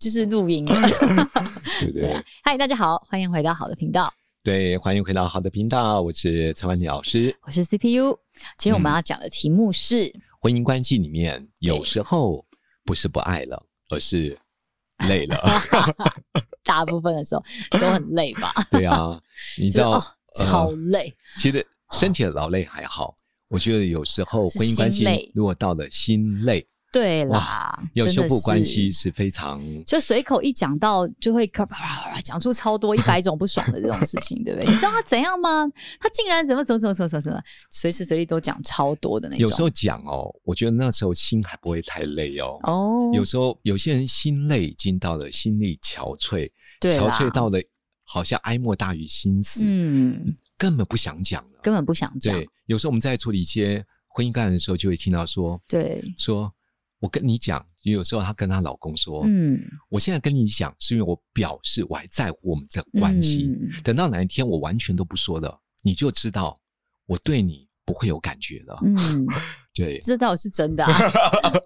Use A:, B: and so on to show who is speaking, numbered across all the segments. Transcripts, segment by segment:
A: 就是录音。
B: 对对对
A: 嗨，大家好，欢迎回到好的频道，
B: 对，欢迎回到好的频道，我是蔡万妮老师。
A: 我是 CPU。今天
B: 嗯
A: 我们要讲的题目是，
B: 婚姻关系里面，有时候不是不爱了，而是累 了。
A: 大部分的时候都很累吧？
B: 对啊，你知道，
A: 就是哦超
B: 呃
A: 累。
B: 其实身体的劳累还好，我觉得有时候
A: 是
B: 婚姻关系
A: 心累
B: 如果到了心累，
A: 对啦
B: 哇，要修
A: 真的
B: 复关
A: 是
B: 系是非常
A: 就随口一讲到，就会咔啪啪啪 讲出超多一百种不爽的这种事情，对不 对？你知道他怎样吗？他竟然怎么怎么怎么怎么怎么怎么，随时随地都讲超多的那种。
B: 有时候讲哦，我觉得那时候心还不会太累哦。
A: 哦，
B: 有时候有些人心累已经到了心力憔悴，
A: 对
B: 憔
A: 啦
B: 悴到了好像哀莫大于心死，
A: 嗯，
B: 根本不想讲了。
A: 根本不想讲。
B: 对，有时候我们在处理一些婚姻个案的时候，就会听到说
A: 对，
B: 说，我跟你讲，有时候她跟她老公说，
A: 嗯，
B: 我现在跟你讲，是因为我表示我还在乎我们这关系。
A: 嗯
B: 等到哪一天我完全都不说了，你就知道我对你不会有感觉了。
A: 嗯，
B: 对，
A: 这倒是真的、 啊，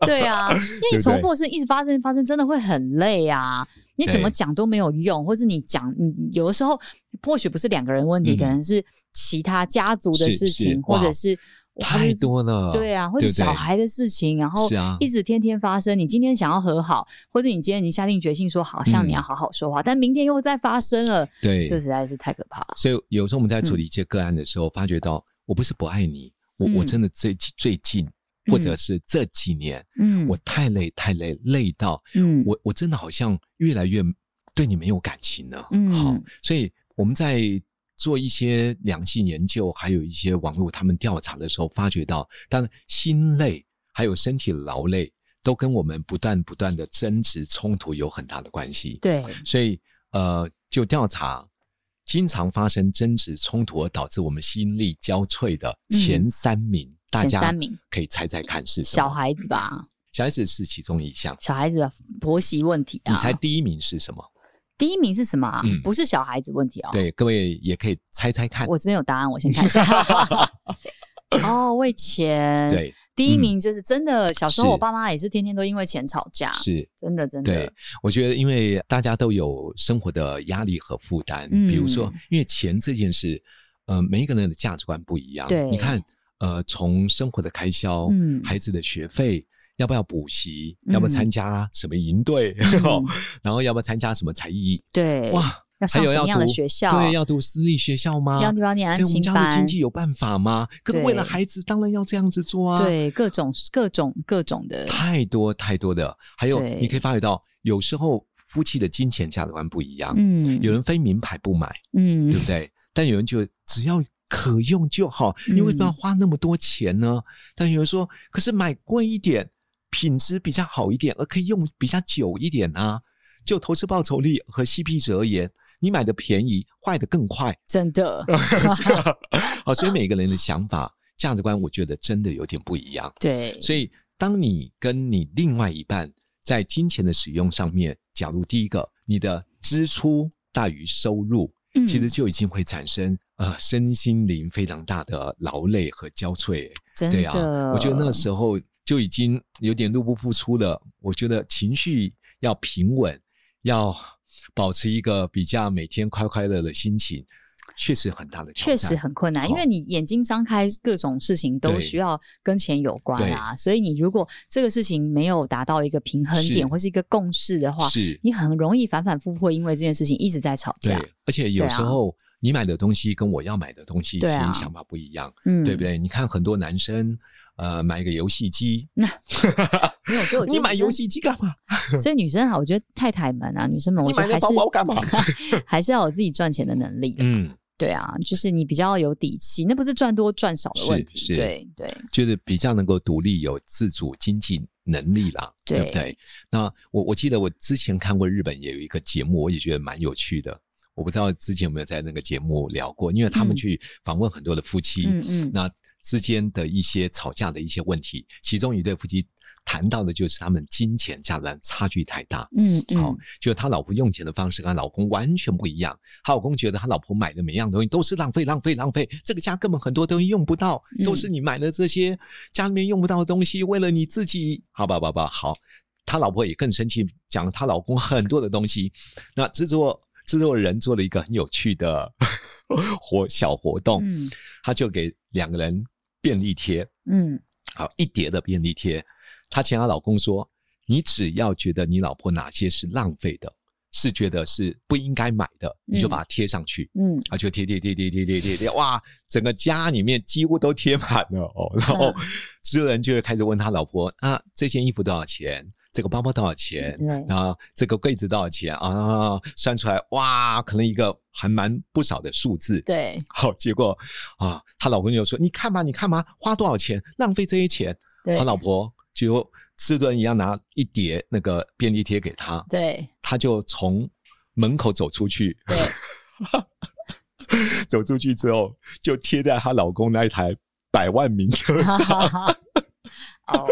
A: 对啊，因为你重复的事情一直发生，发生真的会很累啊。你怎么
B: 对
A: 讲都没有用，或是你讲，你有的时候或许不是两个人问题，
B: 嗯
A: 可能是其他家族的
B: 是
A: 事情，
B: 是
A: 或者
B: 哇
A: 是
B: 太。多了。
A: 对啊，或者
B: 对不对
A: 小孩的事情，然后
B: 是啊
A: 一直天天发生。你今天想要和好，或者你今天你下定决心说好像你要
B: 嗯
A: 好好说话，但明天又再发生了，
B: 对，
A: 这实在是太可怕了。
B: 所以有时候我们在处理一些个案的时候，发觉到我不是不爱你，我、
A: 嗯
B: 我真的最最近或者是这几年，
A: 嗯，
B: 我太累太累，累到
A: 嗯
B: 我我真的好像越来越对你没有感情了。
A: 嗯
B: 好，所以我们在做一些两性研究，还有一些网络他们调查的时候，发觉到，当然心累还有身体劳累，都跟我们不断不断的争执冲突有很大的关系。
A: 对，
B: 所以呃，就调查经常发生争执冲突而导致我们心力交瘁的前三名，
A: 嗯
B: 大
A: 前
B: 家
A: 三名
B: 可以猜猜看是什么？
A: 小，孩子吧，
B: 小孩子是其中一项。
A: 小孩子的婆媳问题啊。哦
B: 你猜第一名是什么？
A: 第一名是什么啊、
B: 嗯
A: 不是小孩子问题哦。，
B: 对，各位也可以猜猜看。
A: 我这边有答案，我先看一 下。哦，为钱。，
B: 对，
A: 第一
B: 嗯
A: 名就是真的，小时候
B: 是
A: 我爸妈也是天天都因为钱吵架，
B: 是。
A: 真的真
B: 对
A: 的。，
B: 我觉得因为大家都有生活的压力和负担，
A: 嗯
B: 比如说，因为钱这件事，呃，每一个人的价值观不一样。
A: 对
B: 你看，呃，从生活的开销，
A: 嗯
B: 孩子的学费，要不要补习，
A: 嗯
B: 要不要参加什么营队， 哦
A: 嗯
B: 然后要不要参加什么才艺，
A: 对，
B: 哇，
A: 要
B: 还
A: 上
B: 有
A: 什
B: 要
A: 么样的
B: 读
A: 学校？
B: 对，要读私立学校吗？
A: 要地方念安
B: 对我们
A: 亲
B: 家的
A: 班
B: 经。济有办法吗？可是
A: 对
B: 为了孩子，当然要这样子做啊。。
A: 对，各种各种各种的，
B: 太多太多的，还有
A: 对
B: 你可以发觉到，有时候夫妻的金钱价值观不一样，
A: 嗯，
B: 有人非名牌不买，
A: 嗯
B: 对，不对？但有人就只要可用就好，
A: 嗯
B: 你为什么要花那么多钱呢？但有人说，可是买贵一点，品质比较好一点，而可以用比较久一点啊。就投资报酬率和 CP 值而言，你买的便宜，坏的更快。
A: 真的，
B: 好，所以每个人的想法、价值观，我觉得真的有点不一样。
A: 对，
B: 所以，当你跟你另外一半在金钱的使用上面，假如第一个你的支出大于收入，
A: 嗯
B: 其实就已经会产生呃身心灵非常大的劳累和交瘁。
A: 真
B: 对
A: 的，
B: 啊，我觉得那时候就已经有点入不敷出了。我觉得情绪要平稳，要保持一个比较每天快快乐的心情，确实很大的挑
A: 确
B: 战。
A: 实很困难，
B: 好
A: 因为你眼睛张开，各种事情都
B: 对
A: 需要跟钱有关啊，所以你如果这个事情没有达到一个平衡点
B: 是
A: 或是一个共识的话，
B: 是
A: 你很容易反反复复会因为这件事情一直在吵
B: 对
A: 架，，
B: 而且有
A: 对
B: 时
A: 啊
B: 候你买的东西跟我要买的东西其
A: 对
B: 实
A: 啊
B: 想法不一样，
A: 嗯，
B: 对不？对？你看很多男生，呃，买一个游 戏机，
A: 没有，所以我觉得
B: 你买
A: 女生
B: 游，戏机干嘛？
A: 所以女生好，啊我觉得太太们啊，女生们，我
B: 你
A: 觉
B: 买
A: 得还
B: 那
A: 是
B: 包包干嘛？
A: 还是要有自己赚钱的能力，
B: 嗯，
A: 对啊，就是你比较有底气，那不是赚多赚少的问
B: 是
A: 题，
B: 是
A: 对对，
B: 就是比较能够独立有自主经济能力啦，
A: 对
B: 不对？那我我记得我之前看过日本也有一个节目，我也觉得蛮有趣的。我不知道之前有没有在那个节目聊过，因为他们
A: 嗯
B: 去访问很多的夫妻，
A: 嗯嗯，
B: 那之间的一些吵架的一些问题，其中一对夫妻谈到的就是他们金钱价值观差距太大。
A: 嗯
B: 好
A: 嗯，
B: 就她老婆用钱的方式跟她老公完全不一样。她老公觉得她老婆买的每样东西都是浪费、浪费、浪费，这个家根本很多东西用不到，
A: 嗯
B: 都是你买的这些家里面用不到的东西，为了你自己。好吧，好吧，好。她老婆也更生气，讲了她老公很多的东西。那制作制作人做了一个很有趣的 活小活动，
A: 嗯
B: 他就给两个人便利贴，
A: 嗯
B: 好一叠的便利贴。她请她老公说：“你只要觉得你老婆哪些是浪费的，是觉得是不应该买的，你就把它贴上去。
A: 嗯，
B: 啊，就贴贴贴贴贴贴贴贴，哇！整个家里面几乎都贴满了哦。然后制作人就会开始问他老婆啊，这件衣服多少钱？这个包包多少钱？
A: 对，
B: 然后这个柜子多少钱啊？算出来哇，可能一个还蛮不少的数字。
A: 对
B: 好，结果啊，她老公就说：“你看吧，你看吧，花多少钱，浪费这些钱。”
A: 对
B: 她老婆就吃顿一样拿一叠那个便利贴给她，
A: 对
B: 她就从门口走出去，
A: 对，
B: 走出去之后就贴在她老公那一台百万名 车上，
A: 哦，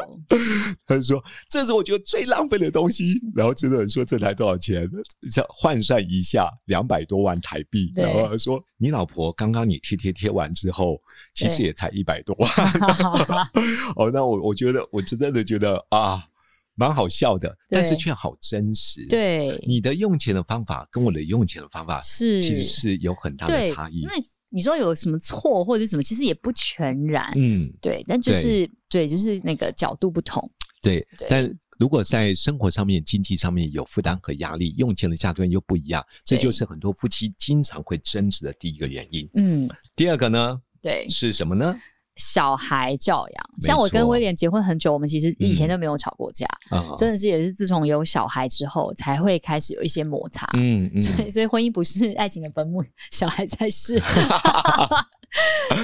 B: 她就说：“这是我觉得最浪费的东西。”然后制作人说：“这台多少钱？这换算一下，两百多万台币。”
A: 对
B: 然后她说：“你老婆刚刚你贴贴贴完之后，其实
A: 对
B: 也才一百多 万。” 哦，那我我觉得，我真的觉得啊，蛮好笑的，但是
A: 对
B: 却好真实。，
A: 对，
B: 你的用钱的方法跟我的用钱的方法
A: 是
B: 其实是有很大的
A: 对
B: 差异
A: 因。为你说有什么错或者什么，其实也不全然，
B: 嗯，
A: 对，但就是对，就是那个角度不同，
B: 对
A: 对。
B: 但如果在生活上面、经济上面有负担和压力，用钱的价值观又不一样，这
A: 对
B: 就是很多夫妻经常会争执的第一个原因。
A: 嗯，
B: 第二个呢
A: 对，
B: 是什么呢？
A: 小孩教养，
B: 没
A: 像我跟
B: 错
A: 威廉结婚很久，我们其实以前
B: 嗯
A: 都没有吵过架，
B: 啊，
A: 真的是也是自从有小孩之后才会开始有一些摩擦，
B: 嗯嗯，
A: 所以所以婚姻不是爱情的坟墓，小孩才 是，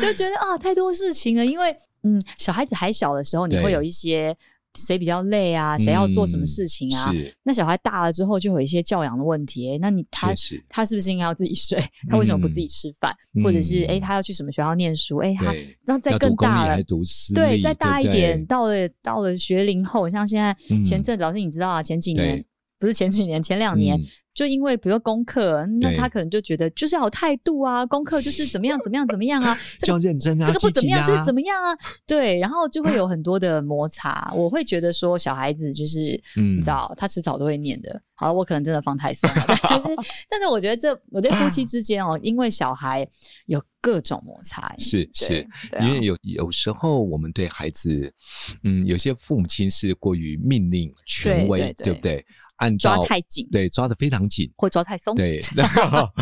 A: 就觉得啊太多事情了，因为嗯小孩子还小的时候，你
B: 对
A: 会有一些谁比较累啊，谁要做什么
B: 嗯
A: 事情啊，
B: 是
A: 那小孩大了之后就有一些教养的问题、诶那你他
B: 确实
A: 他是不是应该要自己睡？他为什么不自己吃饭？或者是
B: 嗯
A: 诶，他要去什么学校念书？诶，他
B: 对，
A: 那再
B: 要读
A: 更
B: 公立
A: 大
B: 还
A: 了
B: 是。读私立？
A: 对，再大一
B: 不对
A: 点，到了到了学龄后，像现在
B: 嗯
A: 前阵子，老师你知道啊，前几
B: 对
A: 年不是前几年，前两年、
B: 嗯
A: 就因为比如说功课，那
B: 对
A: 他可能就觉得就是要有态度啊，功课就是怎么样怎么样怎么样啊，这
B: 就要
A: 个
B: 认真啊，
A: 这个不
B: 积
A: 怎么
B: 极
A: 样就是
B: 啊
A: 怎么样 啊，对，然后就会有很多的摩擦。我会觉得说小孩子就是，
B: 嗯
A: 你知道他迟早都会念的。好，我可能真的放太松了，但 是但是我觉得这我对夫
B: 啊
A: 妻之间哦，因为小孩有各种摩擦，
B: 是
A: 对
B: 是，
A: 对
B: 因
A: 啊
B: 为有有时候我们对孩子，嗯，有些父母亲是过于命令、权
A: 对
B: 威，
A: 对对
B: 不对？按
A: 抓
B: 照
A: 太紧
B: 对抓的非常紧，
A: 或抓太松，
B: 对。那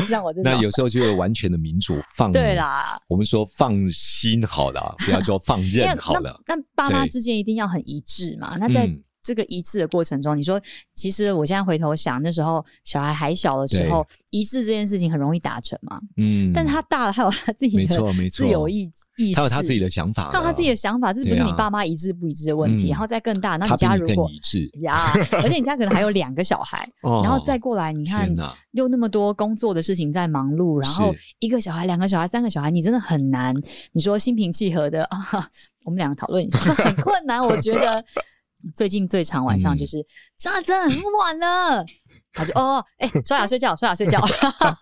A: 像我这种
B: 那有时候就有完全的民主放
A: 对，啦，
B: 我们说放心好 了，啊不要说放
A: 因
B: 任
A: 为
B: 嗯好了，
A: 那那爸妈
B: 对
A: 之间一定要很一致嘛。那在
B: 嗯
A: 这个一致的过程中，你说，其实我现在回头想，那时候小孩还小的时候，一致这件事情很容易达成嘛。
B: 嗯，
A: 但他大了，他有他自己
B: 没错
A: 的
B: 没错
A: 自由意意识，
B: 他有他自己的想法了，
A: 他有他自己的想法，这不
B: 对
A: 是
B: 啊
A: 你爸妈一致不一致的问题。
B: 嗯
A: 然后再更大，那
B: 他
A: 你
B: 比
A: 家
B: 你
A: 如
B: 更
A: 果
B: 一致，
A: 呀，而且你家可能还有两个小 孩，
B: 然
A: 然后再过来，你看
B: 哦天哪，
A: 又那么多工作的事情在忙碌，然后
B: 是
A: 一个小孩、两个小孩、三个小孩，你真的很难。你说心平气和的啊，我们两个讨论一下，很困难。我觉得最近最长晚
B: 嗯
A: 上就是真的真的很晚了，他就哦，哎、刷牙睡觉，刷牙睡觉，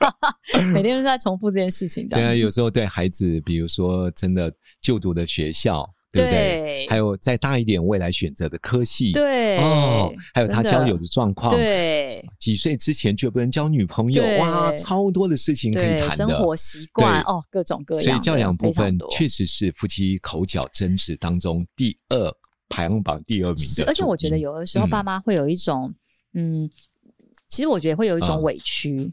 A: 每天都在重复这件事情，这
B: 对啊，
A: 样
B: 有时候对孩子，比如说真的就读的学校，对不对？
A: 对
B: 还有再大一点，未来选择的科系，
A: 对
B: 哦，还有他
A: 真的
B: 交友的状况，，
A: 对
B: 几岁之前就不能交女朋友，
A: 对
B: 哇，超多的事情可以
A: 对
B: 谈的。
A: 生活习惯
B: 对
A: 哦，各种各样的，
B: 所以教养部
A: 非常
B: 分
A: 多
B: 确实是夫妻口角争执当中第二排行榜第二名
A: 是，
B: 的，
A: 而且我觉得，有的时候爸
B: 嗯
A: 妈会有一种，嗯其实我觉得会有一
B: 啊
A: 种委屈。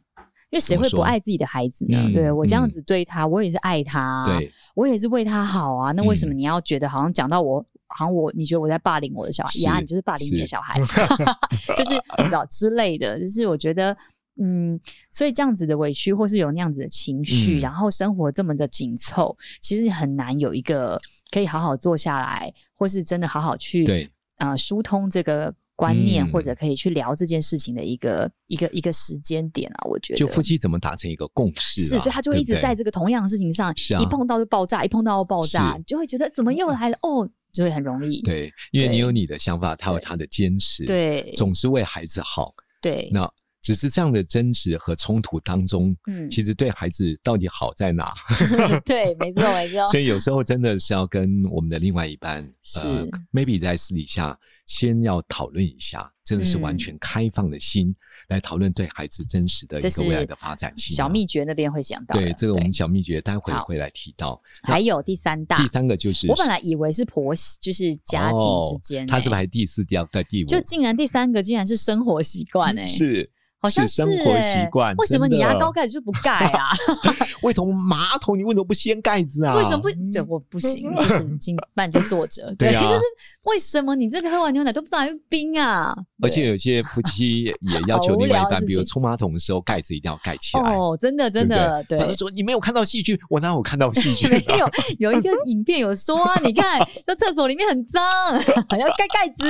A: 因为谁
B: 怎么
A: 会不
B: 说
A: 爱自己的孩子呢？
B: 嗯
A: 对我这样
B: 嗯
A: 子对他，我也是爱他啊，
B: 对嗯
A: 我也是为他好啊。那为什么你要觉得好像讲到我，好像我你觉得我在霸凌我的小孩
B: 是
A: 呀？你就是霸凌你的
B: 是
A: 小孩， 就是你知道之类的。就是我觉得，嗯，所以这样子的委屈，或是有那样子的情绪，
B: 嗯
A: 然后生活这么的紧凑，其实很难有一个可以好好坐下来，或是真的好好去
B: 对
A: 啊、呃疏通这个观念，
B: 嗯
A: 或者可以去聊这件事情的一个一个一个时间点啊，我觉得
B: 就夫妻怎么达成一个共识、啊？
A: 是，所以他就会一
B: 对
A: 直
B: 不对
A: 在这个同样的事情上，
B: 是啊
A: 一碰到就爆炸，一碰到就爆炸，
B: 是嗯
A: 你就会觉得怎么又来了哦，就会很容易。
B: 对，因为
A: 对
B: 你有你的想法，他有他的坚持，，
A: 对
B: 总是为孩子好。
A: 对，
B: 那只是这样的争执和冲突当中，
A: 嗯，
B: 其实对孩子到底好在哪？
A: 对，没错没错，
B: 所以有时候真的是要跟我们的另外一半，呃
A: 是
B: ，maybe 在私底下先要讨论一下，真的是完
A: 嗯
B: 全开放的心、来讨论对孩子真实的一
A: 这
B: 个
A: 是
B: 未来的发展性啊。
A: 小秘诀那边会想到的。
B: 对这个我们小秘诀待会会来提到。
A: 还有第三大
B: 第，三个就是
A: 我本来以为是婆媳，就是家庭之间、欸，
B: 哦它是排第四、第二、在第五，
A: 就竟然第三个竟然是生活习 惯哎，
B: 是
A: 好像
B: 是
A: 是
B: 生活习
A: 欸
B: 惯
A: 为什么你
B: 真的哦
A: 牙膏盖子就不盖啊？
B: 为什么马桶你为什么不掀盖子啊？
A: 为什么不？对，我不行，就是你进半就坐着。
B: 对啊
A: 就是为什么你这个喝完牛奶都不知道还有冰啊？
B: 而且有些夫 妻也要
A: 好
B: 求
A: 无
B: 另外
A: 聊
B: 一
A: 的
B: 半，
A: 事
B: 比如
A: 情
B: 冲马桶的时候盖子一定要盖起来。
A: 哦，真的
B: 对
A: 真
B: 不
A: 的，对
B: 对，反正说你没有看到细菌，我哪有看到细 菌
A: 没
B: 啊？
A: 有，有一个影片有说啊，你看，就厕所里面很脏， 要盖盖子，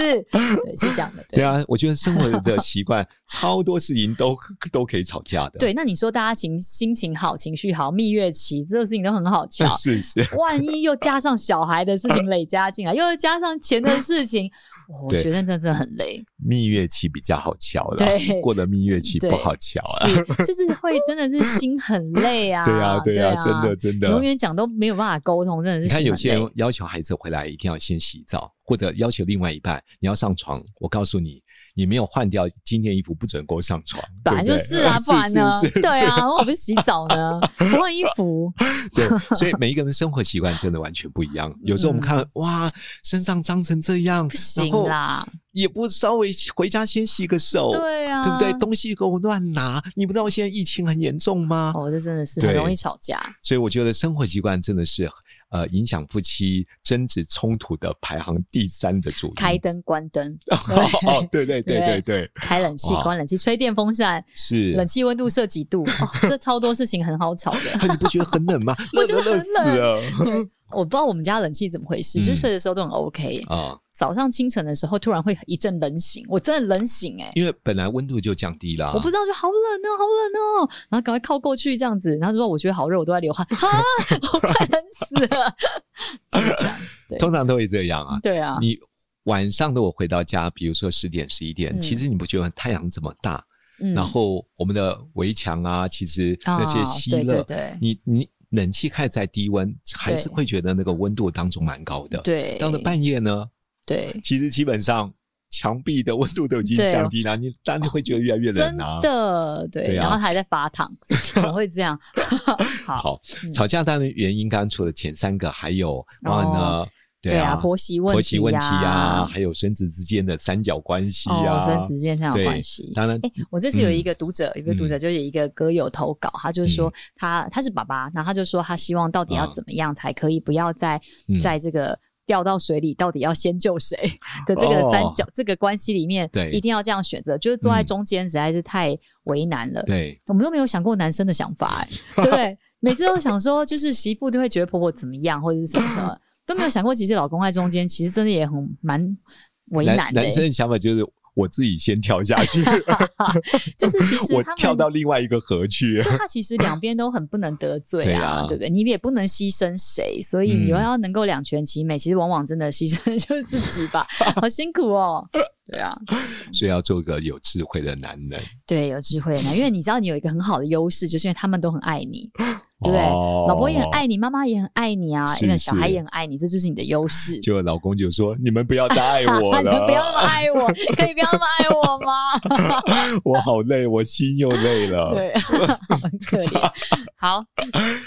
A: 对，是这样的，
B: 对啊，我觉得生活的习惯 超多事情都 都可以吵架的。
A: 对，那你说大家情心情好、情绪好，蜜月期这个事情都很好巧
B: 是，，是是，
A: 万一又加上小孩的事情累加进来，又加上钱的事 情，哇我
B: 对
A: 觉得真的很累，
B: 蜜月期比较好瞧了，
A: 对
B: 过了蜜月期
A: 对
B: 不好瞧啊。
A: 是就是会真的是心很累啊，
B: 对啊，对
A: 啊
B: 啊，，真的真的，
A: 永远讲都没有办法沟通，真的是
B: 你看，
A: 心
B: 有
A: 很
B: 些人
A: 累
B: 要求孩子回来一定要先洗澡，或者要求另外一半你要上床。我告诉你，你没有换掉今天衣服，不准给我上床。
A: 本来
B: 对
A: 就
B: 不对
A: 是 啊，不然呢
B: 是是？是
A: 对啊，我不是洗澡呢，我换衣服，
B: 对， 所以每一个人生活习惯真的完全不一样。有时候我们看，哇，身上脏成这样，
A: 嗯不
B: 然
A: 行
B: 后
A: 啦。
B: 也不稍微回家先洗个手，
A: 对啊，
B: 对不对？？东西给我乱拿，你不知道现在疫情很严重吗？
A: 哦，这真的是很
B: 对
A: 容易吵架。
B: 所以我觉得生活习惯真的是。呃，影响夫妻争执冲突的排行第三的主因。
A: 开灯、关灯，
B: 哦，对对 对
A: 对
B: 对对，
A: 开冷气、
B: 哇
A: 关冷气，吹电风扇，
B: 是。
A: 冷气温度设几度？哦，这超多事情很好吵 的。
B: 啊你不觉得很冷吗？
A: 我
B: 热
A: 觉
B: 都
A: 得
B: 热
A: 很
B: 死了
A: 我不知道我们家冷气怎么回事，
B: 嗯
A: 就是睡的时候都很 OK。
B: 啊！
A: 早上清晨的时候，突然会一阵冷醒，我真的冷 醒哎、
B: 因为本来温度就降低了，啊
A: 我不知道，就好冷哦，好冷哦，然后赶快靠过去这样子，然后说我觉得好热，我都在流汗，啊， 我快冷死
B: 啊
A: 了，就是这样，对
B: 通常都会这样啊。
A: 对啊，
B: 你晚上如果回到家，比如说十点十一点，
A: 嗯
B: 其实你不觉得太阳这么大？
A: 嗯
B: 然后我们的围墙啊，其实
A: 啊
B: 那些吸
A: 对对
B: 热，
A: 对
B: 你你冷气开始在低温，还是会觉得那个温度当中蛮高的。
A: 对，
B: 到了半夜呢，
A: 对，
B: 其实基本上墙壁的温度都已经
A: 对哦
B: 降低了，你当然会觉得越来越
A: 真
B: 冷啊。
A: 的，对，
B: 对啊
A: 然后还在发 烫，怎么会这样？ 好，
B: 好
A: 嗯，
B: 吵架当然原因刚刚除了前三个，还有包含呢，
A: 哦对
B: 啊，
A: 婆媳问
B: 婆
A: 题
B: 媳问题啊，还有孙子之间的三角关系
A: 哦，
B: 啊，
A: 所以之间上有
B: 对
A: 关系。
B: 当然
A: 哎、我这次
B: 嗯
A: 有一个读者，有一个读者就是有一个歌友投稿，他就是说他、他是爸爸，然后他就说他希望到底要
B: 嗯
A: 怎么样才可以不要再、
B: 嗯
A: 在这个。掉到水里，到底要先救谁的这个三角、这个关系里面，
B: 哦对
A: 一定要这样选择，就是坐在
B: 嗯
A: 中间实在是太为难了。
B: 对
A: 我们都没有想过男生的想法、 哎，对不对？每次都想说，就是媳妇都会觉得婆婆怎么样，或者是什么什么，都没有想过，其实老公在中间，其实真的也很蛮为难
B: 男
A: 的、欸
B: 男生的想法就是我自己先跳下 去，
A: 就是其实
B: 我
A: 他们
B: 跳到另外一个河去
A: 就。他其实两边都很不能得罪
B: 对
A: 啊，
B: 啊
A: 对不对？你也不能牺牲谁，所以
B: 嗯
A: 你又要能够两全其美，其实往往真的牺牲 就是自己吧，好辛苦哦。对啊，
B: 所以要做个有智慧的男人，
A: 对，有智慧的男，因为你知道你有一个很好的优势，就是因为他们都很爱你，对不对？
B: 哦
A: 老婆也很爱你，妈妈也很爱你啊，
B: 是
A: 因为小孩
B: 是
A: 也很爱你，这就是你的优势。
B: 结果老公就说：“你们不要再爱我
A: 你们不要那
B: 了，
A: 么爱 我，可以不要那么爱我吗？
B: 我好累，我心又累了。”
A: 对， 很可怜。好，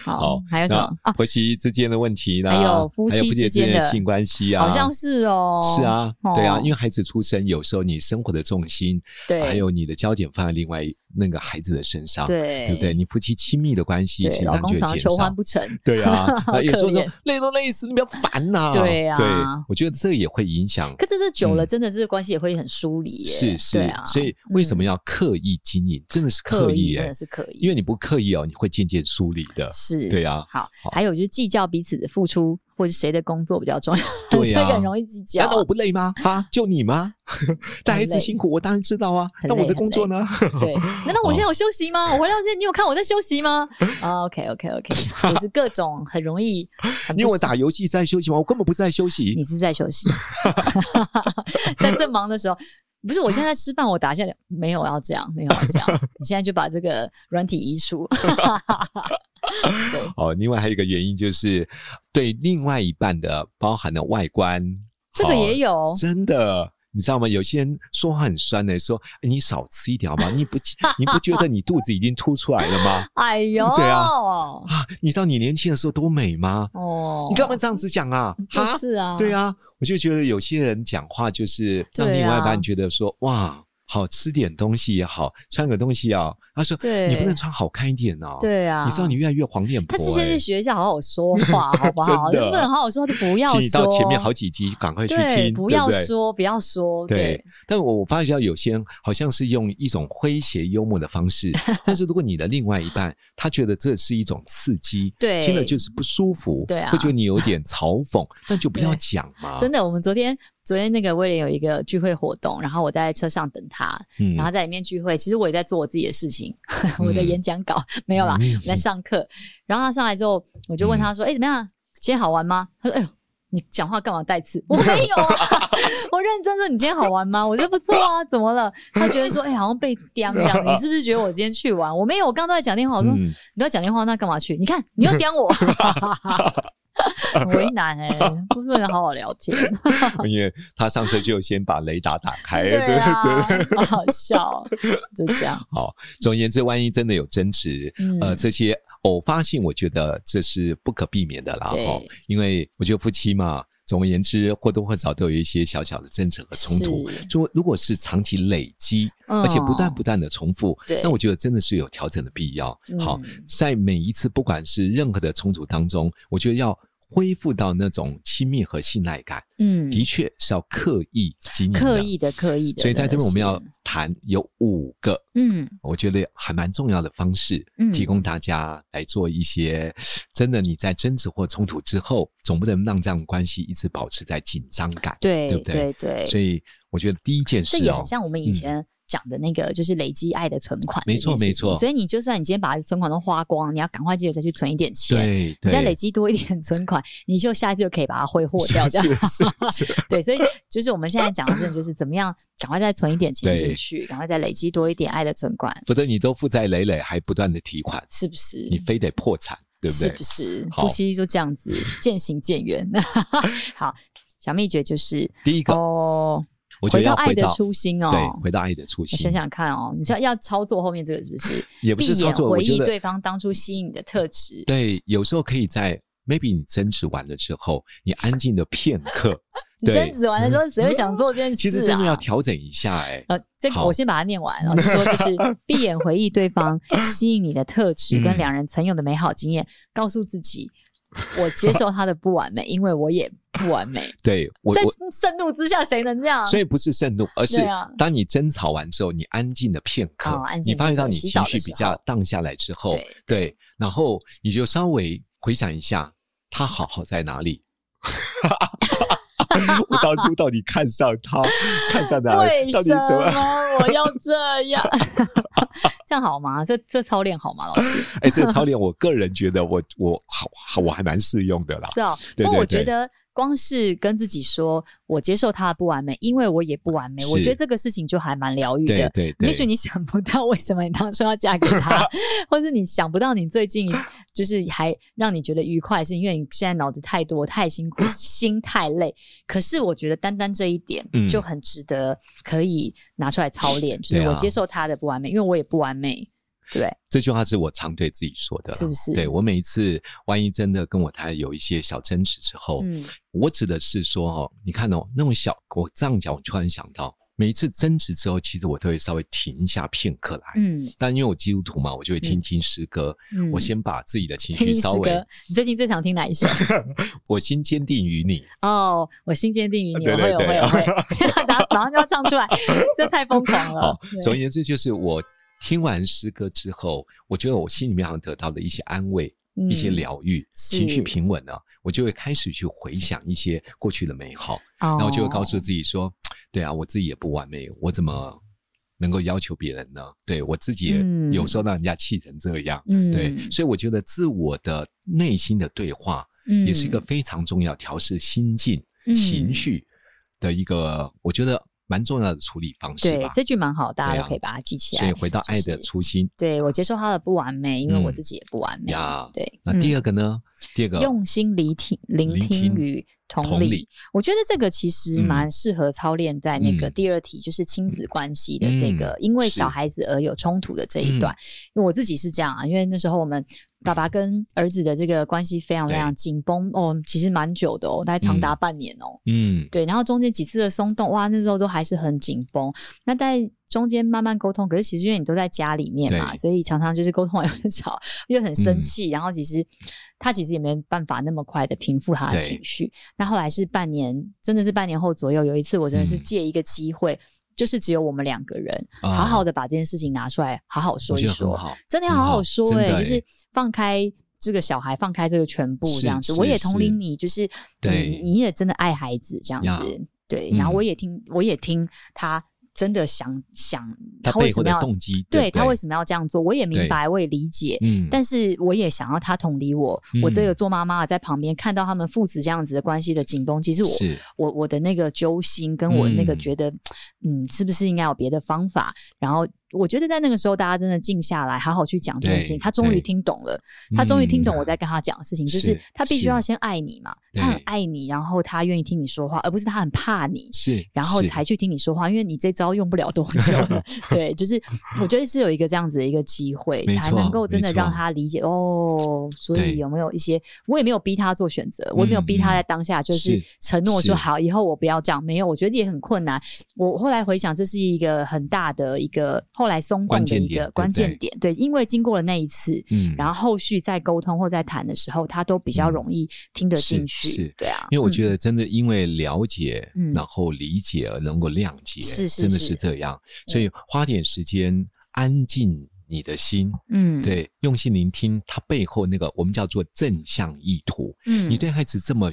A: 好
B: 好，，
A: 还有什么？
B: 那婆媳之间的问题啦，
A: 啊还有夫妻
B: 还有之
A: 之间
B: 间的
A: 的
B: 性关系啊，
A: 好像是哦，
B: 是啊，对啊
A: 哦，
B: 因为孩子出生，有时候你生活的重心，
A: 对，
B: 还有你的焦点放在另外那个孩子的身上，
A: 对
B: 不对？你夫妻亲密的关系，其
A: 对，
B: 实
A: 老
B: 上
A: 公
B: 就
A: 常常
B: 会减
A: 求
B: 少
A: 欢。不成，
B: 对 啊，那有时候
A: 可
B: 说
A: 怜
B: 累都累死，你不要烦呐。
A: 对啊
B: 我觉得这也会影响，
A: 可这这久了，
B: 嗯
A: 真的是关系也会很疏离耶。
B: 是
A: 对
B: 是
A: 啊，，
B: 所以为什么要刻意经营？真的是
A: 刻
B: 刻意
A: 真
B: 耶
A: 的，是刻意，
B: 因为你不刻意哦，你会渐渐疏离的。
A: 是
B: 对啊
A: 好
B: 好，
A: 还有就是计较彼此的付出或者谁的工作比较重要，
B: 对
A: 这个
B: 呀、
A: 很容易计较
B: 难。道我不累吗？哈，就你吗？ 带孩子辛苦，我当然知道啊。
A: 很
B: 那我
A: 累
B: 的工作 呢？
A: 对，难道我
B: 哦
A: 现在有休息吗？我回到这，你有看我在休息吗？啊，OK OK OK，就是各种很容易。很不
B: 因为我
A: 喜
B: 打游戏在休息吗？我根本不是在休息
A: 你。是在休 息，在正忙的时候。不是，我现在在吃饭，我打下来没有要这样，没有要这样。 你现在就把这个软体移除，
B: 哦，另外还有一个原因就是对另外一半的包含了外观，
A: 这个
B: 哦
A: 也有。
B: 真的。你知道吗？有些人说话很酸的、说哎你少吃一点好吗？你不 你不觉得你肚子已经凸出来了吗？
A: 哎呦，
B: 对啊
A: 哦，
B: 啊，你知道你年轻的时候多美吗？你干嘛这样子讲啊？
A: 就
B: 哈，
A: 是啊，
B: 对啊，我就觉得有些人讲话就是
A: 对
B: 让
A: 啊
B: 另外一半觉得说、哇，好吃点东西也好，穿个东西也好。他说
A: 对
B: 你不能穿好看一点哦。、
A: 对啊，
B: 你知道你越来越黄脸婆、
A: 他
B: 欸。
A: 是先去学一下好好说话，好不好？
B: 真的
A: 能不能好好说，他就不要
B: 请你到
A: 说。
B: 前面好几集，赶快去
A: 对，
B: 听，
A: 不要
B: 对对
A: 说，不要说，
B: 对
A: 对，，
B: 但我我发觉到有些人好像是用一种诙谐幽默的方 式，但是如果你的另外一半他觉得这是一种刺激，
A: 对
B: 听了就是不舒服，
A: 对啊
B: 会觉得你有点嘲讽，那就不要
A: 对
B: 讲嘛，
A: 真的，我们昨天昨天那个威廉有一个聚会活动，然后我在车上等他，
B: 嗯
A: 然后在里面聚会，其实我也在做我自己的事情， 我的
B: 嗯
A: 演讲稿没有啦，我在上课。然后他上来之后，我就问
B: 嗯
A: 他说：“哎、怎么样？今天好玩吗？”他说：“哎呦，你讲话干嘛带刺？” 我没有啊，我认真说：“你今天好玩吗？”我觉得不错啊，怎么了？他觉得说：“哎、好像被刁这样，你是不是觉得我今天去玩？”我没有，我刚刚都在讲电话，我说：“
B: 嗯
A: 你都要讲电话，那干嘛去？你看，你又刁 我。”很为难哎、不是很好好聊天，
B: 因为他上次就先把雷达打 开，
A: 对啊
B: 哎对对。，
A: 好好笑哦，就这样。
B: 好，总而言之，万一真的有争执，
A: 嗯
B: 呃，这些偶发性，我觉得这是不可避免的啦。
A: 对
B: 哦，因为我觉得夫妻嘛，总而言之，或多或少都有一些小小的争执和冲突。
A: 是
B: 就如果是长期累积，
A: 嗯
B: 而且不断不断的重复，
A: 对
B: 那我觉得真的是有调整的必要。
A: 嗯
B: 好，在每一次不管是任何的冲突当中，我觉得要恢复到那种亲密和信赖感，
A: 嗯，
B: 的确是要刻意经营的
A: 刻意的，刻意的。
B: 啊所以在这
A: 真的
B: 边我们
A: 是
B: 要谈有五个，
A: 嗯
B: 我觉得还蛮重要的方式
A: 嗯，
B: 提供大家来做一些真的你在争执或冲突之后，总不能让这样关系一直保持在紧张感，
A: 对
B: 对不对？
A: 对对
B: 所以我觉得第一件
A: 这
B: 事
A: 也
B: 哦
A: 很，像我们以前讲的那个，就是累积爱的存款这
B: 没
A: 件事情。
B: 错没错
A: 所以你就算你今天把存款都花光，你要赶快记得再去存一点钱。
B: 对
A: 你
B: 对，
A: 再累积多一点存款，你就下一次就可以把它挥霍掉，这
B: 是
A: 样
B: 是是是
A: 对。所以就是我们现在讲的，真的就是怎么样赶快再存一点钱
B: 对
A: 进去，赶快再累积多一点爱的存款，
B: 否则你都负债累累，还不断的提款，
A: 是不是？
B: 你非得破产，对不
A: 嗯是
B: 对
A: 不？是？
B: 好
A: 夫妻就这样子渐行渐远。 好，小秘诀就是
B: 第一个，
A: 哦，
B: 我觉得
A: 到
B: 要
A: 爱
B: 回
A: 的
B: 到
A: 初心哦。
B: 对，回到爱的初
A: 我
B: 心，
A: 想想看哦，你知道要操作后面这个是不是？
B: 嗯 也不是
A: 闭眼
B: 操作，我
A: 回
B: 觉
A: 忆
B: 得
A: 对方当初吸引你的特质。
B: 对，有时候可以在 maybe 你争执完了之后，你安静的片刻，
A: 你争
B: 对，嗯
A: 执完了之后，谁会想做这件事啊？
B: 其实真的要调整一下、欸，
A: 呃，这个
B: 好
A: 我先把它念完了，就说就是 闭眼回忆对方吸引你的特质跟
B: 嗯
A: 两人曾有的美好经验，告诉自己。我接受他的不完美，因为我也不完美。
B: 对我
A: 在
B: 我。
A: 盛怒之下，谁能这样？
B: 所以不是盛怒，而是
A: 啊对啊
B: 当你争吵完之后，你安静的片刻，
A: 哦安
B: 你
A: 静
B: 发
A: 片
B: 觉到
A: 刻
B: 你
A: 洗
B: 情
A: 澡
B: 绪
A: 的
B: 比
A: 时
B: 较
A: 候
B: 荡下来之后，
A: 对
B: 对，然后你就稍微回想一下，他好好在哪里？ 我当初到底看上 他，看上哪
A: 为
B: 里？到底
A: 什
B: 什么？
A: 么我要这样？ 这样好吗？这这操练好吗，老师？
B: 哎，这个操练，我个人觉得我我好好我还蛮适用的啦。
A: 是啊，
B: 对
A: 不过
B: 对
A: 我觉
B: 对
A: 得光是跟自己说，我接受他的不完美，因为我也不完美，我
B: 是
A: 觉得这个事情就还蛮疗愈
B: 对
A: 的。
B: 对对，
A: 也许你想不到为什么你当初要嫁给 他，或是你想不到你最近就是还让你觉得愉快，是因为你现在脑子太多、太辛苦、心太 累。可是我觉得单单这一点
B: 嗯
A: 就很值得可以拿出来操练，就是
B: 对啊
A: 我接受他的不完美，因为我也不完美。对，
B: 这句话是我常对自己说的啦，
A: 是不是
B: 对我每一次，万一真的跟我太太有一些小争执之后，
A: 嗯，
B: 我指的是说哦，你看哦，那种小，我这样讲，我突然想到，每一次争执之后，其实我都会稍微停一下片刻来。
A: 嗯
B: 但因为我基督徒嘛，我就会听
A: 嗯
B: 听诗歌，
A: 嗯
B: 我先把自己的情绪
A: 听
B: 稍
A: 诗
B: 微
A: 歌，， 你最近最常听哪一首？
B: 我心坚定于你。
A: 哦，我心坚定于你，
B: 对
A: 我会，
B: 啊对
A: 我会，
B: 对
A: 我会，然后马上就要唱出来，这太疯狂了
B: 好。，总而
A: 对
B: 言之，就是我听完诗歌之后，我觉得我心里面好像得到了一些安慰，
A: 嗯
B: 一些疗愈、
A: 是
B: 情绪平稳呢、我就会开始去回想一些过去的美好，
A: 然
B: 然后就会告诉
A: 哦
B: 自己说：“对啊，我自己也不完美，我怎么能够要求别人呢？对我自己也
A: 嗯
B: 有时候让人家气成这样。
A: 嗯，
B: 对，所以我觉得自我的内心的对话
A: 嗯，
B: 也是一个非常重要调试心境、
A: 嗯
B: 情绪的一个，我觉得蛮重要的处理方式
A: 对
B: 吧。
A: 这句蛮好，大
B: 对
A: 家
B: 啊
A: 都可以把它记起
B: 所以
A: 来。
B: 回到爱的初心
A: 对我接受他的不完美，因为
B: 嗯
A: 我自己也不完美。
B: 呀。
A: 对，
B: 那第
A: 二
B: 二个呢？第二个
A: 嗯用心聆听、聆
B: 聆
A: 听
B: 听
A: 与同
B: 同
A: 理
B: 理，
A: 我觉得这个其实
B: 嗯
A: 蛮适合操练在那个
B: 嗯
A: 第二题，就是亲子关系的这个
B: 嗯
A: 因为
B: 是
A: 小孩子而有冲突的这一段。因为我自己是这样啊，因为那时候我们爸爸跟儿子的这个关系非常非
B: 对
A: 常紧绷哦，其实蛮久的哦，大概长达
B: 嗯
A: 半年哦。
B: 嗯
A: 对，然后中间几次的松动，哇，那时候都还是很紧绷。那在中间慢慢沟通，可是其实因为你都在家里面嘛，
B: 对
A: 所以常常就是沟通也很少，又很生
B: 嗯
A: 气，然后其实他其实也没办法那么快的平复他的
B: 对
A: 情绪。那后来是半年，真的是半年后左右，有一次我真的是
B: 嗯
A: 借一个机会，就是只有我们两个人，
B: 啊
A: 好好的把这件事情拿出来，好好说
B: 我
A: 一
B: 觉得很
A: 说。
B: 好，
A: 真的要好好
B: 嗯
A: 说
B: 真的
A: 哎、
B: 欸
A: 就是放开这个小孩，放开这个全部
B: 是
A: 这样子。
B: 是
A: 我也同理
B: 是
A: 你，就是嗯
B: 对
A: 你你也真的爱孩子这样
B: 呀
A: 子，对。然后
B: 嗯
A: 我也听，我也听他真的想想
B: 他
A: 为
B: 背
A: 什
B: 后
A: 么
B: 的
A: 要
B: 动机，
A: 对
B: 不
A: 他为什么要这样做，我也明
B: 对
A: 白，我也理解。
B: 嗯，
A: 但是我也想要他同理我，我这
B: 嗯
A: 个做妈妈的在旁边看到他们父子这样子的关系的紧绷，其实我
B: 是
A: 我我的那个揪心，跟我那个
B: 嗯
A: 觉得，嗯是不是应该有别的方法？然后我觉得在那个时候，大家真的静下来，好好去讲这件事情。
B: 对
A: 他终于
B: 对
A: 听懂了，他终于听懂
B: 嗯
A: 我在跟他讲的事情，就是
B: 是
A: 他必须
B: 是
A: 要先爱你嘛，他很
B: 对
A: 爱你，然后他愿意听你说话，而不是他很怕你。
B: 是，
A: 然后
B: 是
A: 才去听你说话，因为你这招用不了多 久了。对，就是我觉得是有一个这样子的一个机会，
B: 没
A: 才能
B: 错
A: 够真
B: 没
A: 的让
B: 错
A: 他理解哦。所以
B: 对
A: 有没有一些，我也没有逼他做选择，我也没有
B: 嗯
A: 逼他
B: 嗯
A: 在当下就是
B: 是
A: 承诺说
B: 是
A: 好，以后我不要这样。没有，我觉得这也很困难。我后来回想，这是一个很大的一个后来松动
B: 关
A: 的
B: 键
A: 一
B: 点
A: 个
B: 对
A: 关
B: 不
A: 键
B: 对
A: 点。对，因为经过了那一次。
B: 嗯，
A: 然后后续在沟通或在谈的时候，他都比较
B: 嗯
A: 容易听得
B: 是
A: 进
B: 是
A: 去，对啊，
B: 因为我
A: 嗯
B: 觉得真的因为了解，
A: 嗯
B: 然后理解而能够谅解，
A: 是是
B: 真的
A: 是嗯
B: 是这样。
A: 对
B: 所以花点时间安静你的心，
A: 嗯，
B: 对，用心聆听它背后那个我们叫做正向意图。
A: 嗯，
B: 你对孩子这么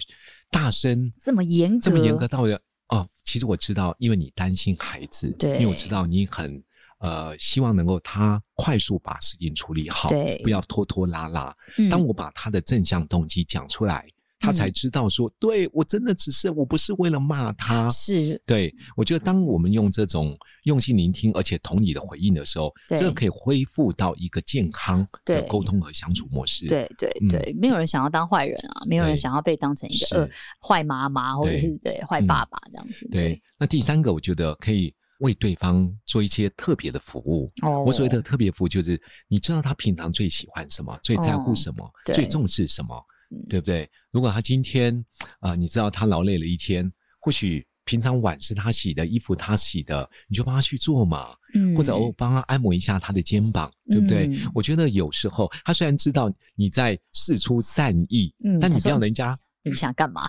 B: 大声、
A: 这么严格，
B: 这么严格到了哦，其实我知道，因为你担心孩子，
A: 对
B: 因为我知道你很。呃，希望能够他快速把事情处理好
A: 对，
B: 不要拖拖拉拉。
A: 嗯，
B: 当我把他的正向动机讲出来，他才
A: 嗯
B: 知道说，对我真的只是我不是为了骂他。
A: 是
B: 对我觉得，当我们用这种用心聆听而且同理的回应的时候，
A: 对
B: 这可以恢复到一个健康的
A: 对
B: 沟通和相处模式。，
A: 对对
B: 嗯
A: 对，没有人想要当坏人啊，没有人
B: 对
A: 想要被当成一
B: 是
A: 个恶呃坏妈妈或者
B: 对嗯
A: 是对坏爸爸这样子。
B: 对，。那第三个，我觉得可以为对方做一些特别的服务。
A: 哦，
B: 我所谓的特别服务，就是你知道他平常最喜欢什么，最在乎什么，
A: 哦对
B: 最重视什么
A: 嗯，
B: 对不对？如果他今天啊、呃你知道他劳累了一天，或许平常碗是他洗的，衣服他洗的，你就帮他去做嘛，
A: 嗯，
B: 或者我帮他按摩一下他的肩膀，对不对
A: 嗯？
B: 我觉得有时候他虽然知道你在试出善意
A: 嗯，
B: 但
A: 他
B: 你不
A: 说
B: 要人家，
A: 你想干嘛？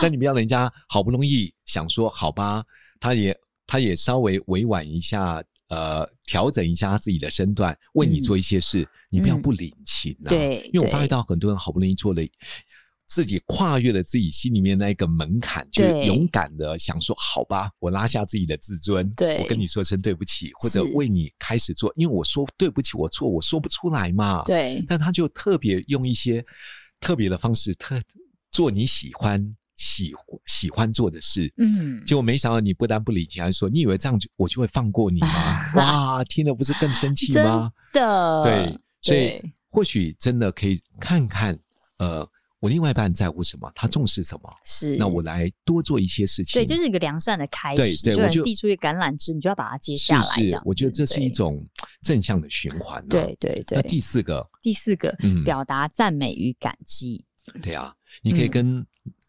B: 但你不要人家好不容易想说好吧，他也他也稍微委婉一下，呃，调整一下他自己的身段，为你
A: 嗯
B: 做一些事，你不要
A: 嗯
B: 不领情啊。
A: 对
B: 因为我发
A: 对
B: 觉到很多人好不容易做了。自己跨越了自己心里面那一个门槛，就
A: 对
B: 勇敢的想说：“好吧，我拉下自己的自尊，
A: 对
B: 我跟你说声对不起，或者
A: 是
B: 为你开始做，因为我说对不起，我错，我说不出来嘛。”
A: 对，
B: 但他就特别用一些特别的方式，特做你喜欢、喜喜欢做的事。
A: 嗯，
B: 结果没想到你不但不理解，还说你以为这样就我就会放过你吗？ 哇，听了不是更生气
A: 真
B: 吗？
A: 的
B: 对，所以
A: 对
B: 或许真的可以看看，呃，我另外一半在乎什么，他重视什么，
A: 是
B: 那我来多做一些事情。
A: 对，就是一个良善的开
B: 对
A: 始，
B: 对
A: 就
B: 我
A: 人
B: 就
A: 递出一个橄榄枝，你就要把它接下
B: 是
A: 来。这
B: 是
A: 样，
B: 我觉得
A: 子
B: 这是一
A: 对
B: 种正向的循环、啊。
A: 对，对
B: 那
A: 对。
B: 第四个，
A: 第四个，
B: 嗯
A: 表达赞美与感激。
B: 对啊，你可以
A: 嗯
B: 跟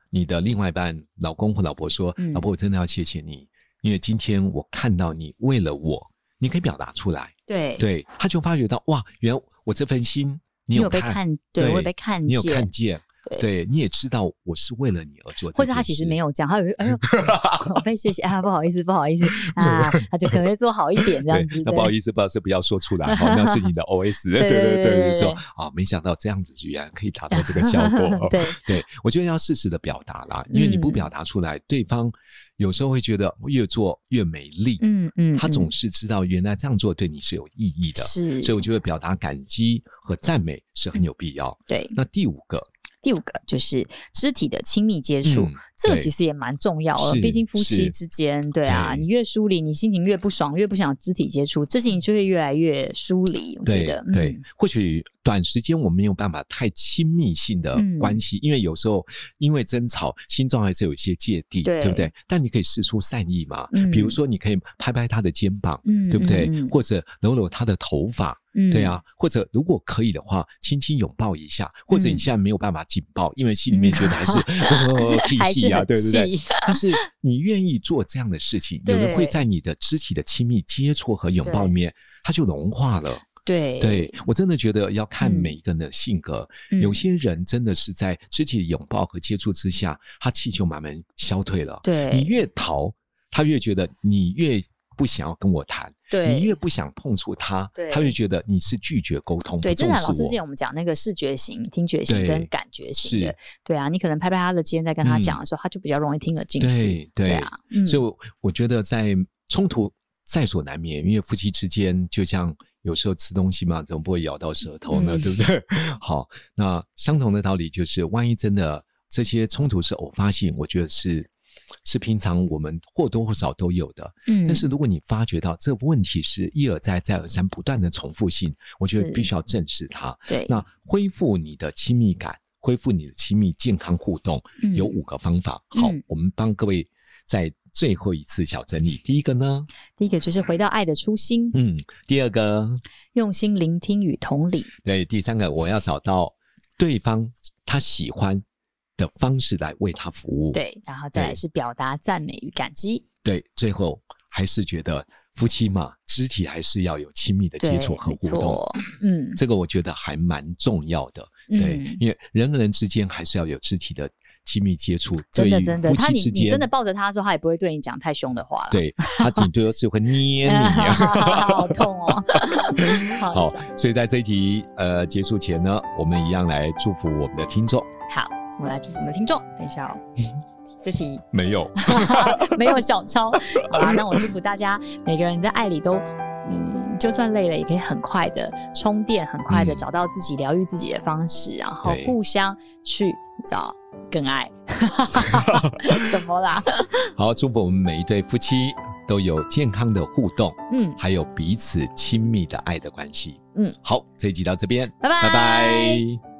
B: 你的另外一半、老公或老婆说：“
A: 嗯
B: 老婆，我真的要谢谢你，因为今天我看到你为了我，你可以表达出来。
A: 对
B: 对，他就发觉到哇，原来我这份心
A: 你
B: 你
A: 有
B: 有
A: 被
B: 看，
A: 看，
B: 对
A: 我有被看
B: 你有
A: 见
B: 看，见，
A: 对
B: 对，你也知道我是为了你而做这件事，
A: 或者他其实没有讲，他有哎呦， 我被谢谢啊，不好意思，不好意思 啊，他就可能会做好一点这样子。
B: 对，那不好
A: 思，
B: 意思，不好意思，不要说出来，好，那是你的 OS，对
A: 对
B: 对
A: 对对
B: 对，
A: 对
B: 说啊，没想到这样子居然可以达到这个效 果，
A: 对，
B: 对，我觉得要适时的表达啦，因为你不
A: 嗯
B: 表达出来，对方有时候会觉得越做越没力，
A: 嗯嗯，
B: 他
A: 嗯
B: 总是知道原来这样做对你是有意义的，
A: 是，嗯
B: 所以我觉得表达感激和赞美是很有必要。
A: 对。
B: 那第五个，
A: 第五个就是肢体的亲密接触，
B: 嗯
A: 这个
B: 对
A: 其实也蛮重要的，
B: 是
A: 毕竟夫妻
B: 是
A: 之间，对啊，
B: 对
A: 你越疏离，你心情越不爽，越不想肢体接触，这事情就会越来越疏离。我觉
B: 对
A: 得，嗯
B: 对，或许短时间我们没有办法太亲密性的
A: 嗯
B: 关系，因为有时候因为争吵，心中还是有一些芥蒂，
A: 对
B: 不对？但你可以试出善意嘛，
A: 嗯
B: 比如说你可以拍拍他的肩膀，
A: 嗯，嗯
B: 对不对？
A: 嗯
B: 或者揉揉他的头发，
A: 嗯
B: 对啊，或者如果可以的话，轻轻拥抱一下，或者你
A: 嗯
B: 现在没有办法紧抱，因为心里面觉得还是 呃气
A: 还是
B: 息啊，
A: 很
B: 对不对？
A: 气
B: 但是你愿意做这样的事情，有人会
A: 对
B: 在你的肢体的亲密接触和拥抱里面，它就融化了。
A: 对
B: 对我真的觉得要看
A: 嗯
B: 每一个人的性格，
A: 嗯
B: 有些人真的是在肢体拥抱和接触之下，他气就慢慢消退了。
A: 对
B: 你越逃，他越觉得你越不想要跟我谈，
A: 对，
B: 你越不想碰触他
A: 对，
B: 他越觉得你是拒绝沟通，
A: 对，
B: 不
A: 正
B: 重
A: 展
B: 视
A: 老师之前
B: 我。
A: 我们讲那个视觉型、听觉型
B: 对
A: 跟感觉型的
B: 是，
A: 对啊，你可能拍拍他的肩，在跟他
B: 嗯
A: 讲的时候，他就比较容易听得进去。
B: 对对
A: 啊，嗯
B: 所以我我觉得在冲突在所难免，因为夫妻之间就像有时候吃东西嘛，总不会咬到舌头呢，
A: 嗯
B: 对不对？ 好，那相同的道理就是，万一真的这些冲突是偶发性，我觉得是是平常我们或多或少都有的。
A: 嗯
B: 但是如果你发觉到这个问题是一而再、再而三不断的重复性，我觉得
A: 是
B: 必须要正视它。
A: 对，
B: 那恢复你的亲密感，恢复你的亲密健康互动，
A: 嗯
B: 有五个方法。好
A: 嗯，
B: 我们帮各位在最后一次小整理。第一个呢，
A: 第一个就是回到爱的初心，
B: 嗯，第二个，
A: 用心聆听与同理。
B: 对，第三个，我要找到对方他喜欢的方式来为他服务。
A: 对，然后再来
B: 对
A: 是表达赞美与感激。
B: 对，最后还是觉得夫妻嘛，肢体还是要有亲密的
A: 对，
B: 接触和
A: 没
B: 互动。
A: 错。嗯，
B: 这个我觉得还蛮重要的，对，
A: 嗯
B: 因为人和人之间还是要有肢体的亲密接触，
A: 真的
B: 对于
A: 真的，
B: 夫
A: 他
B: 妻
A: 你
B: 之
A: 你
B: 间
A: 真的抱着他的时候，他也不会对你讲太凶的话了。
B: 对他顶多是会捏你
A: 啊，
B: 啊。
A: 好痛 哦。
B: 好
A: 笑，
B: 所以在这一集呃结束前呢，我们一样来祝福我们的听众。
A: 好，我们来祝福我们的听众。等一 下哦，这题。
B: 没有，
A: 没有小抄。好啦，那我祝福大家每个人在爱里都。嗯，就算累了，也可以很快的充电，很快的
B: 嗯
A: 找到自己疗愈自己的方式，然后
B: 对
A: 互相去找更爱。 什么啦？
B: 好，祝福我们每一对夫妻都有健康的互动，
A: 嗯，
B: 还有彼此亲密的爱的关系。
A: 嗯，
B: 好，这一集到这边，
A: 拜拜
B: 拜拜